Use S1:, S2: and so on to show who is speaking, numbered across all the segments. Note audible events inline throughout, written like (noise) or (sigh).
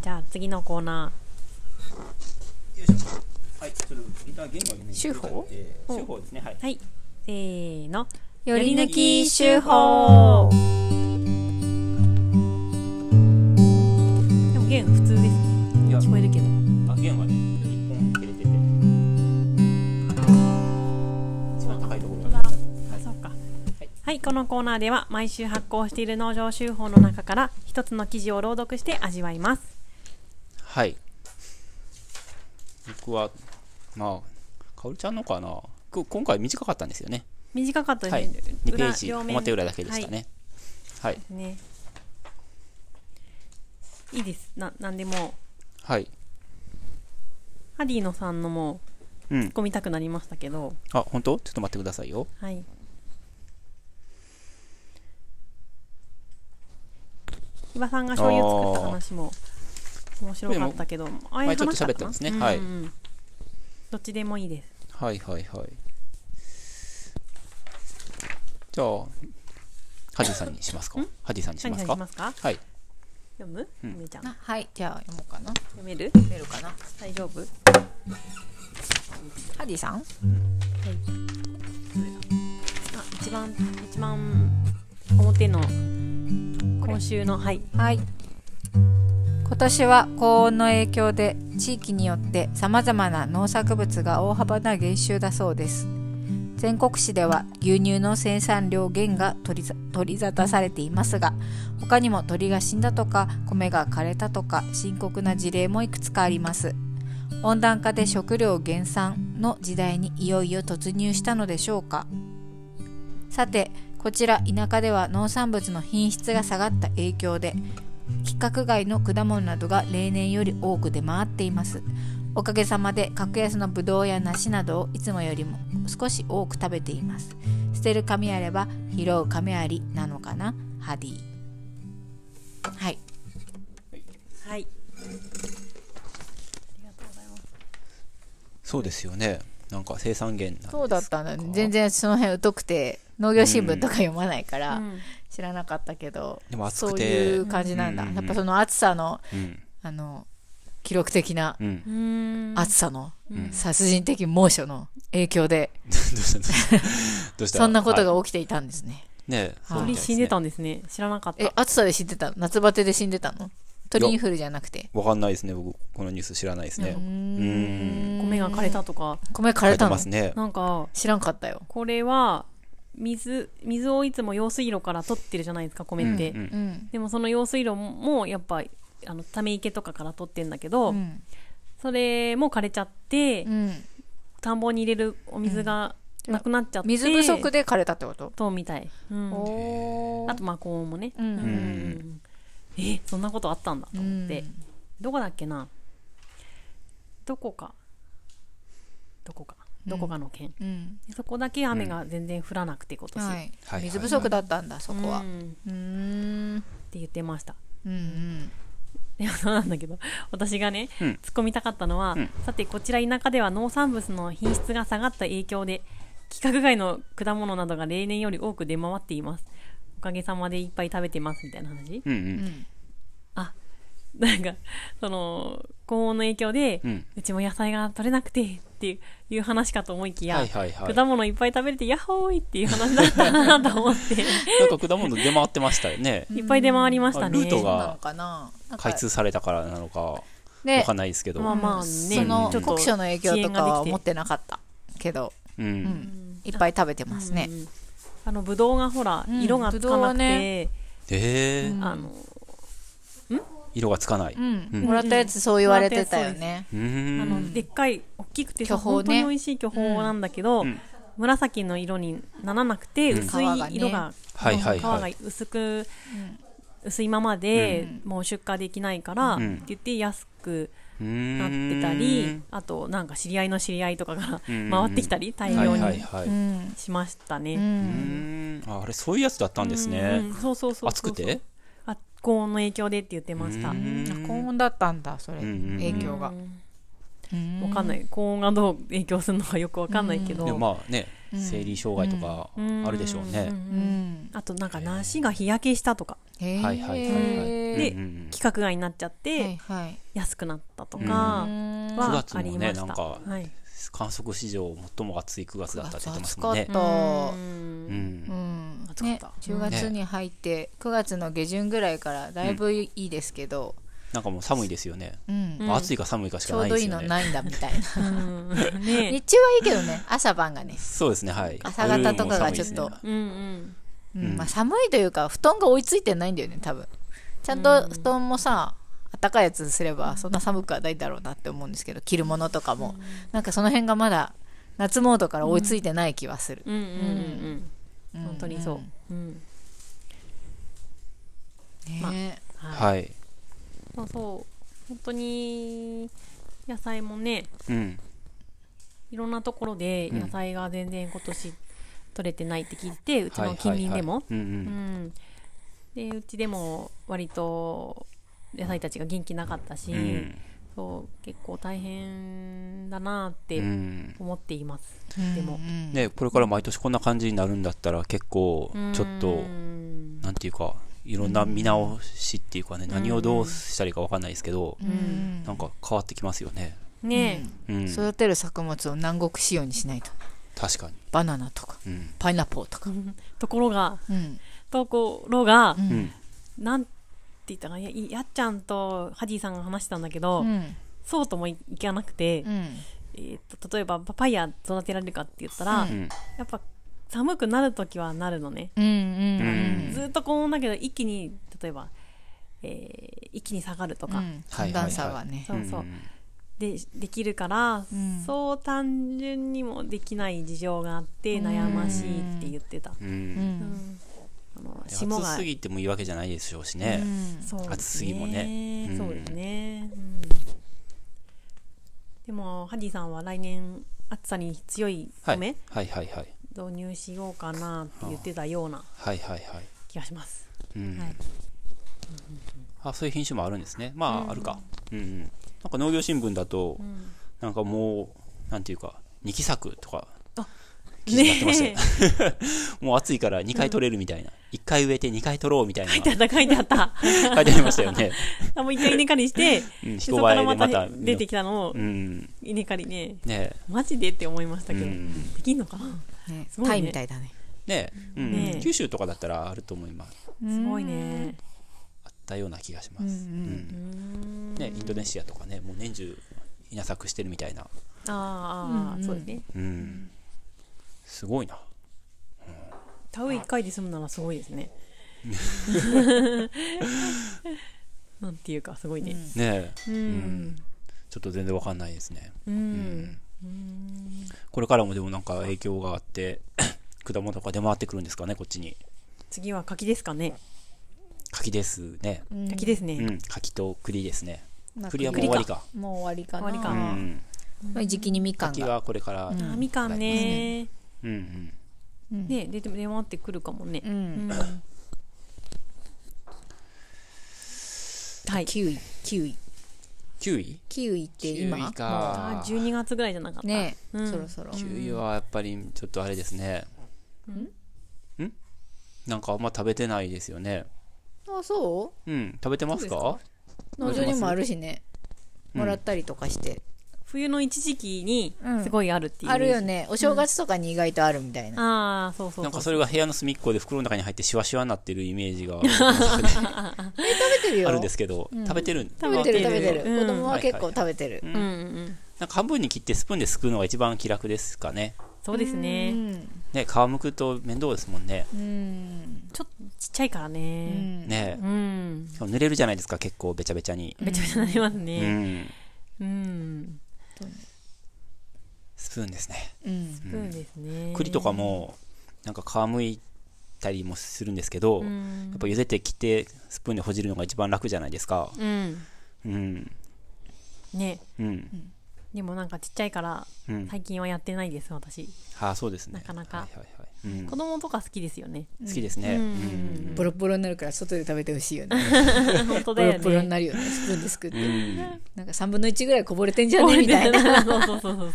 S1: じゃあ次のコーナ
S2: よいしょはい、ちょっと一旦言語に
S1: 手法
S2: 手法ですね、はい
S1: ー。はいせーの
S3: より抜き手
S1: 法
S3: 法
S1: でも弦普通です
S2: いや、
S1: 聞こえるけど
S2: あ、弦はね、一本切れてて一番高いところ
S1: あ
S2: が
S1: そうか
S2: はい
S1: はい、このコーナーでは毎週発行している農場手法の中から一つの記事を朗読して味わいます
S2: はい僕は、まあ、かおりちゃんのかなく今回短かったんですよね
S1: 短かった
S2: は
S1: です
S2: い
S1: ね、、
S2: 2ページ
S1: 裏両面
S2: 表裏だけでした
S1: は
S2: ねはい
S1: い、ねいいですななんでも
S2: はい、
S1: ハディのさんのも
S2: うん
S1: 突っ込みたくなりましたけど、
S2: あ本当ちょっと待ってくださいよ
S1: はい。伊庭さんが醤油作った話も面白かったけど、あ
S2: 前ちょっと喋ってますねはい
S1: い。どっちでもいいです。
S2: はいはいはいじゃあハジさんにしますかハジさんにし
S1: 何
S2: ます
S1: 々し
S2: か
S1: ますか
S2: はい
S1: 読む、
S2: うん
S1: めちゃん。
S3: あはいじゃあ読もうかな
S1: 読める
S3: 読めるかな
S1: 大丈夫
S3: ハディさん
S1: あ、一番、一番表の今週の、はい。
S3: はい今年は高温の影響で地域によってさまざまな農作物が大幅な減収だそうです全国市では牛乳の生産量減が取りざ取り沙汰されていますが他にも鳥が死んだとか米が枯れたとか深刻な事例もいくつかあります温暖化で食料減産の時代にいよいよ突入したのでしょうかさてこちら田舎では農産物の品質が下がった影響で規格外の果物などが例年より多く出回っていますおかげさまで格安のぶどうや梨などをいつもよりも少し多く食べています捨てる紙あれば拾う紙ありなのかなハディはい
S1: はい。ありがとうございます。
S2: そうですよねなんか生産源なん
S3: そうだったんだ
S2: ですか
S3: 全然その辺疎くて農業新聞とか読まないから
S1: うん
S3: 知らなかったけど、
S2: でも暑
S3: そ
S2: く
S3: う
S2: て
S3: いう感じなんだ、
S2: うんうんうん
S3: やっぱその暑さの
S2: うん
S3: あの記録的な
S2: うん
S1: うーん。
S3: 暑さの、
S2: ん
S3: 殺人的猛暑の影響で、
S2: どうしたどうしたどうした
S3: そんなこと
S2: は
S3: が起きていたんですね。
S2: いねえ
S3: はい
S2: みた
S1: 鳥
S2: いです
S1: 死んでたんですね。知らなかった
S3: え。、暑さで死んでたの夏バテで死んでたの鳥インフルじゃなくて。
S2: わかんないですね僕このニュース知らないですね
S3: うー
S2: うん
S3: ん
S1: 米が枯れたとか、
S3: 米枯
S2: 枯
S3: れ
S2: れて
S3: た
S2: ま
S3: の
S2: すね
S1: なんか、
S3: 知らんかったよ。
S1: これは水水をいつも用水路から取ってるじゃないですか米って、
S2: うんうん
S3: うん。
S1: でもその用水路もやっぱあのため池とかから取ってんだけど、
S3: うん。
S1: それも枯れちゃって、
S3: うん
S1: 田んぼに入れるお水がなくなっちゃって、
S3: 水不足で枯れたってこと
S1: とみたい、うん
S3: おー
S1: あとまあ高温もね、
S3: うん
S1: うえそんなことあったんだと思って、
S3: うん
S1: どこだっけなどこかどこかどこかの県、
S3: うん。
S1: そこだけ雨が全然降らなくて今年、
S3: はい
S2: はい。
S3: 水不足だったんだ、そこは
S1: う。ん
S3: うーん。
S1: って言ってました (laughs)
S3: うんうん。
S1: でもそうなんだけど私がね、
S2: うん
S1: 突っ込みたかったのは、
S2: うん
S1: さてこちら田舎では農産物の品質が下がった影響で規格外の果物などが例年より多く出回っていますおかげさまでいっぱい食べてますみたいな話
S2: うんう
S3: うんん。
S1: あなんかその高温の影響で、
S2: う
S1: うんちも野菜が取れなくてっていういう話かと思いきや、
S2: はいはいはい
S1: 果物いっぱい食べれてヤッホーイっていう話だったなと思
S2: (laughs)
S1: って
S2: なんか果物出回ってましたよね
S1: いっぱい出回りましたね
S2: あルート
S3: そ
S2: が
S3: うなのかななんか
S2: 開通されたからなのかわ
S3: で
S2: かんないですけど
S1: まあまあね
S3: その
S1: ちょっと
S3: 酷暑の影響とか
S1: 遅延が
S3: は
S1: できて
S3: 思ってなかったけど、
S2: う
S3: うんん、いっぱい食べてますね
S1: う。んあのブドウがほら、
S3: うん
S1: 色がつか
S3: ぶど
S1: な
S3: う
S1: くて、
S3: ね
S2: えー
S1: あの
S2: 色がつかないう
S3: うんん、
S2: うん
S3: もらったやつそう言われてたよね。
S2: う
S1: あ
S2: ーん
S1: のでっかい大きくて、
S3: 巨峰ね、
S1: 本当に美味しい巨峰なんだけど、
S2: ん
S1: 紫の色にならなくて、薄い色が
S2: 皮がねはいはいはい
S1: 皮が薄く薄いままで、もう出荷できないから、
S2: ん
S1: って言って安く
S2: うー
S1: なって
S2: ん
S1: たりあとなんか知り合いの知り合いとかが回ってきたり大
S2: はい
S1: 量
S2: は
S1: に
S2: いはいううん
S1: しましたね。
S2: ーんああれそういうやつだったんです
S1: う
S2: ね
S1: んそうそうそうそう
S2: 暑くて
S1: あ高温の影響でって言ってました。
S3: 高温だったんだそれ、
S2: んうん
S3: 影響が。
S1: わかんない高温がどう影響するのかよくわかんないけど、
S2: でもまあね
S3: うん
S2: 生理障害とかあるでしょうね。
S3: う
S1: うん
S3: ん
S1: あとなんか梨が日焼けしたとか
S3: へー
S2: はいはいはいはい。
S1: で
S2: うんうん
S1: 規格外になっちゃっ
S3: は
S1: て
S3: いはい
S1: 安くなったとか
S3: うん
S2: 九
S1: は
S2: 月も
S1: あ
S2: ね
S1: りました、
S2: なんか
S1: はい、
S2: 観測史上最も暑い9月だったって言ってますもん
S3: 暑
S2: ね
S3: か。と
S1: うん
S2: うん
S3: うん
S1: 暑か
S3: ね
S1: った、
S3: 10月に入って9月の下旬ぐらいからだいぶいいですけど、
S2: なんかもう寒いですよね。
S3: うん
S1: うん
S2: まあ暑いか寒いかし
S3: ち
S2: か
S3: ょ
S2: な
S3: う
S2: い
S3: ど
S2: で
S3: い
S2: す
S3: い
S2: よ
S3: の
S2: ね。
S3: ないんだみたいな
S1: うん (laughs)
S3: 日
S1: ね
S3: 中はいいけどね朝晩がね、
S2: そうですね、はい。
S3: 朝方とかがちょっと
S2: 夜も寒いですね
S1: うんうん
S3: うん
S2: うん
S3: まあ、寒いというか布団が追いついてないんだよね多分ちゃんと布団もさ暖かいやつにすればそんな寒くはないだろうなって思うんですけど着るものとかもなんかその辺がまだ夏モードから追いついてない気はする、
S1: うんうんうん
S3: う
S1: うん
S3: ん
S1: 本当にそう、うん
S3: ね
S1: はい
S2: はい。
S1: まあ、そう本当に野菜もね
S2: うん。
S1: いろんなところで
S2: うん
S1: 野菜が全然今年取れてないって聞いて、うちの近隣でも、
S2: はいはいはい。うんう。
S1: うんん、でうちでも割と野菜たちが元気なかったし、
S2: うん
S1: そう結構大変だなっ
S2: う
S1: て
S2: ん
S1: 思っています、
S3: うん
S1: でも
S3: うん
S2: ね、これから毎年こんな感じになるんだったら結構ちょっ
S1: う
S2: と
S1: ん
S2: なんていうかいろんな見直しっていうかね何をどうしたらいいかわかんないですけど
S3: うん
S2: なんか変わってきますよね
S1: ね
S2: うん
S3: 育てる作物を南国仕様にしないと
S2: 確かに
S3: バナナとか
S2: うん
S3: パイナップルとか、
S1: ところが
S3: うん
S1: ところが、
S3: うん
S2: うん
S1: なんて言ったかないやいやっちゃんとハジーさんが話したんだけど、
S3: うん
S1: そうともいいかなくて、
S3: うん
S1: えーっと例えばパパイヤ育てられるかって言ったら、
S3: う
S2: うん
S1: やっぱ寒くなる時はなるのね、
S3: うんうん
S2: うん
S1: ずーっと高温だけど一気に例えば、えー一気に下がるとか、
S3: うん寒暖差はね、
S1: そうそう
S2: うん
S1: でできるから、
S3: ん
S1: そう単純にもできない事情があって悩ましいって言ってた、
S2: う
S3: うんん
S1: あの霜
S2: 暑
S1: が
S2: すぎてもいいわけじゃないでしょうしね
S3: うん
S1: そうですね
S2: 暑すぎもねうん
S1: そうですね、うんでもハディさんは来年暑さに強い
S2: はい
S1: 米、
S2: はいはいはい
S1: 導入しようかなって言ってたような
S2: はいはいはい
S1: 気がします、
S2: うん
S1: はい
S2: あそういう品種もあるんですねまああるかうんうんなんか農業新聞だと
S1: ん
S2: なんかもうなんていうか二期作とか
S1: あ
S2: 記事になってましたよ (laughs) もう暑いから2回取れるみたいな、1回植えて2回取ろうみたいな書い
S1: 書いてあった書いてあっ
S2: (laughs)
S1: た
S2: てありました
S1: (laughs)
S2: よね、
S1: あもう一回稲刈りして、
S2: うん、
S1: そ
S2: (laughs) 人
S1: こから
S2: 映えで
S1: ま
S2: ま
S1: た
S2: た
S1: 出てきたのを
S2: うんね
S1: 稲刈りね、
S2: え
S1: マジでって思いましたけど、
S2: うん
S1: できんのかな
S3: ね
S1: すごいね
S3: タイみたいだね
S2: ねえ、うん
S1: ねえ
S2: 九州とかだったらあると思います
S1: すごいね。
S2: あったような気がします、
S3: うん
S1: うーん
S2: ね、インドネシアとかねもう年中稲作してるみたいな、
S1: ああ、
S3: うんうん
S1: そうですね。
S2: うん、すごいな
S1: 田植え1回で済むならすごいですね。なんていうか、すごいね。
S2: ねえ、
S1: うん。うん
S2: ちょっと全然わかんないですね
S1: うん
S2: これからもでもなんか影響があって (coughs) 果物とか出回ってくるんですかねこっちに
S1: 次は柿ですかね。
S2: 柿ですね
S3: うん
S1: 柿です
S2: う
S1: ね。
S2: ん柿と栗ですね
S3: まあ
S2: 栗はもう終わりか
S3: もう終わりかな
S1: 終わりか
S2: う
S1: うん
S3: まあ時期にみかん
S2: 柿
S3: が
S2: はこれから、うん
S1: あみかんね。
S2: うん
S3: うん
S1: ね、出て出回ってくるかもね
S3: う。ん
S1: はい。
S3: キウイキウイ
S2: キウイ
S3: キウイって
S2: キ
S3: 今
S2: ウイ
S3: も
S1: あ
S2: か
S1: ー12月ぐらいじゃなかっ
S3: う
S1: た。
S3: ね
S1: うん
S3: そろそろ
S2: キウイはやっぱりちょっとあれですねんんなんかあんま食べてないですよね
S3: あそ
S2: うん食べてます
S1: そ
S2: か
S3: う農場にもあるしねもらったりとかして
S1: 冬の一時期に
S3: うん
S1: すごいあるっていうイメー
S3: あ
S1: ジ。
S3: るよねお正月とかに意外とあるみたい
S1: あ
S3: な
S1: あ、そうそうそう。
S2: なんかそれが部屋の隅っこで袋の中に入ってシワシワになってるイメージが
S3: 食べてるよ
S2: あるんですけど、食べてる
S3: 食べてる食べてる
S1: うん
S3: 子供は結構食べてる
S1: うんうんうん。
S2: なんか半分に切ってスプーンですくうのが一番気楽ですかね
S1: そうです
S3: う
S1: ね。
S3: ん
S2: ね皮むくと面倒ですもんね
S3: うん
S1: ちょっとちっちゃいから
S3: う
S1: ね。
S3: ん
S2: ね
S1: うん。
S2: しかも濡れるじゃないですか結構べちゃべちゃに
S1: めちゃめちゃなります
S2: う
S1: ね。
S2: ん
S1: うん。
S2: スプーンですね
S3: うん
S1: そうですね。
S2: 栗とかもなんか皮むいたりもするんですけど、
S1: う
S2: や
S1: ん。
S2: っぱ茹でてきてスプーンでほじるのが一番楽じゃないですか
S1: うん。
S2: うん
S1: ね。
S2: うん
S1: でもなんかちっちゃいから、
S2: うん
S1: 最近はやってないです、私。
S2: ああそうですね
S1: なかなか
S2: はいはいはいうん
S1: 子供とか好きですよ
S3: (laughs)
S1: ね。
S2: 好きですね
S1: う
S2: うんん
S3: ボロボロになるから外で食べてほしいよね
S1: 本当
S3: ボ
S1: だ
S3: ロ
S1: よ
S3: ボロに
S1: ね。
S3: なるよねスプーンですくっ
S2: う
S3: て
S2: ん
S3: なんか3分の1ぐらいこぼれてんじゃねみたいな
S1: そうそうそうそう。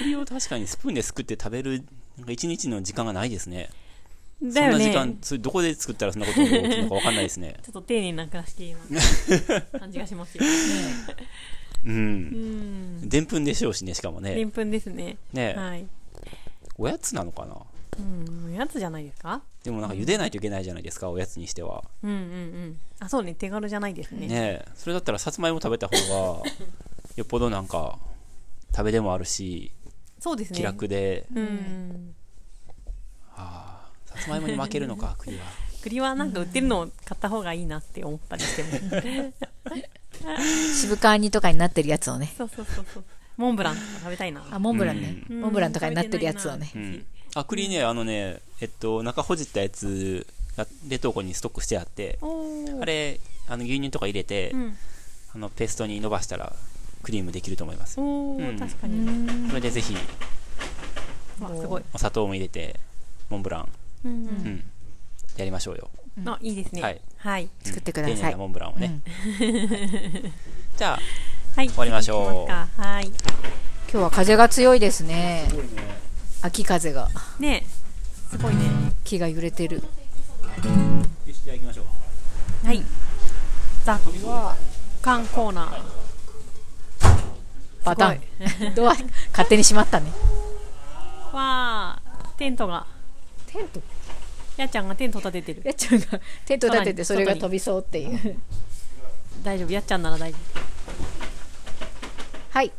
S2: 栗を確かにスプーンですくって食べるなんか一日の時間がないですね。
S1: だよ
S2: そんな
S1: ね。
S2: 時間、それどこで作ったらそんなことが起きるのかわかんないですね
S1: (laughs) 。ちょっと丁寧な暮らし系な
S2: (laughs)
S1: 感じがしますよ。
S2: う。
S1: うんん。
S2: でんぷんでしょうしね、しかも
S1: で
S2: ね。
S1: んぷんですね。
S2: ねえ
S1: はい。
S2: おやつなのかな
S1: うん。おやつじゃないですか
S2: でもなんか茹でないといけないじゃないですか、おやつにしては。
S1: うんうんうん。あ、そうね。手軽じゃないですね。
S2: ねえそれだったらさつまいも食べた方がよっぽどなんか食べでもあるし
S1: そうですね。
S2: 気楽で、
S1: うんうん。
S2: ああさつまいもに負けるの (laughs) か栗は
S1: 栗はなんか売ってるのを買った方がいいなって思ったりしても。
S3: 渋川煮とかになってるやつをね。
S1: そうそうそうそう。モンブランとか食べたいな。
S3: あ、モンブランね。
S1: うん
S3: モンブランとかになってるやつをね
S1: う
S2: うんんあ栗ねあのねえっと中ほじったやつが冷凍庫にストックしてあって
S1: おー
S2: あれあの牛乳とか入れて、
S1: うん。
S2: あのペーストに伸ばしたらクリームできると思いますこ
S1: お
S2: う
S1: ー、
S2: ん
S1: 確か
S3: う
S1: に。
S3: ん
S2: れでぜひ
S1: わ、すごい。
S2: お砂糖も入れてモンブラン、
S1: うんう。
S2: うんん、やりましょうよ
S3: うん
S1: あ、いいですね。
S2: はい。
S1: はい。
S3: 作ってくだ
S2: 丁
S3: さ
S2: 寧
S3: い
S2: な。モンブランを
S3: う
S2: ね
S3: ん、
S2: じゃあ
S1: はい。
S2: 終わりましょう
S1: 行きますかはい。
S3: 今日は風が強いですね。秋風が
S1: ねえすごいね。
S3: 木が揺れてる。
S2: じゃあ行きましょう
S1: はい。雑感コーナー。
S3: パター
S1: す
S3: ン。 (laughs) ドア勝手に閉まったね。
S1: わあ、テントが。
S3: テント。
S1: やっちゃんがテント立ててる。
S3: やっちゃんがテント立ててそれが飛びそうっていう。
S1: 大丈夫、やっちゃんなら大丈
S3: はい。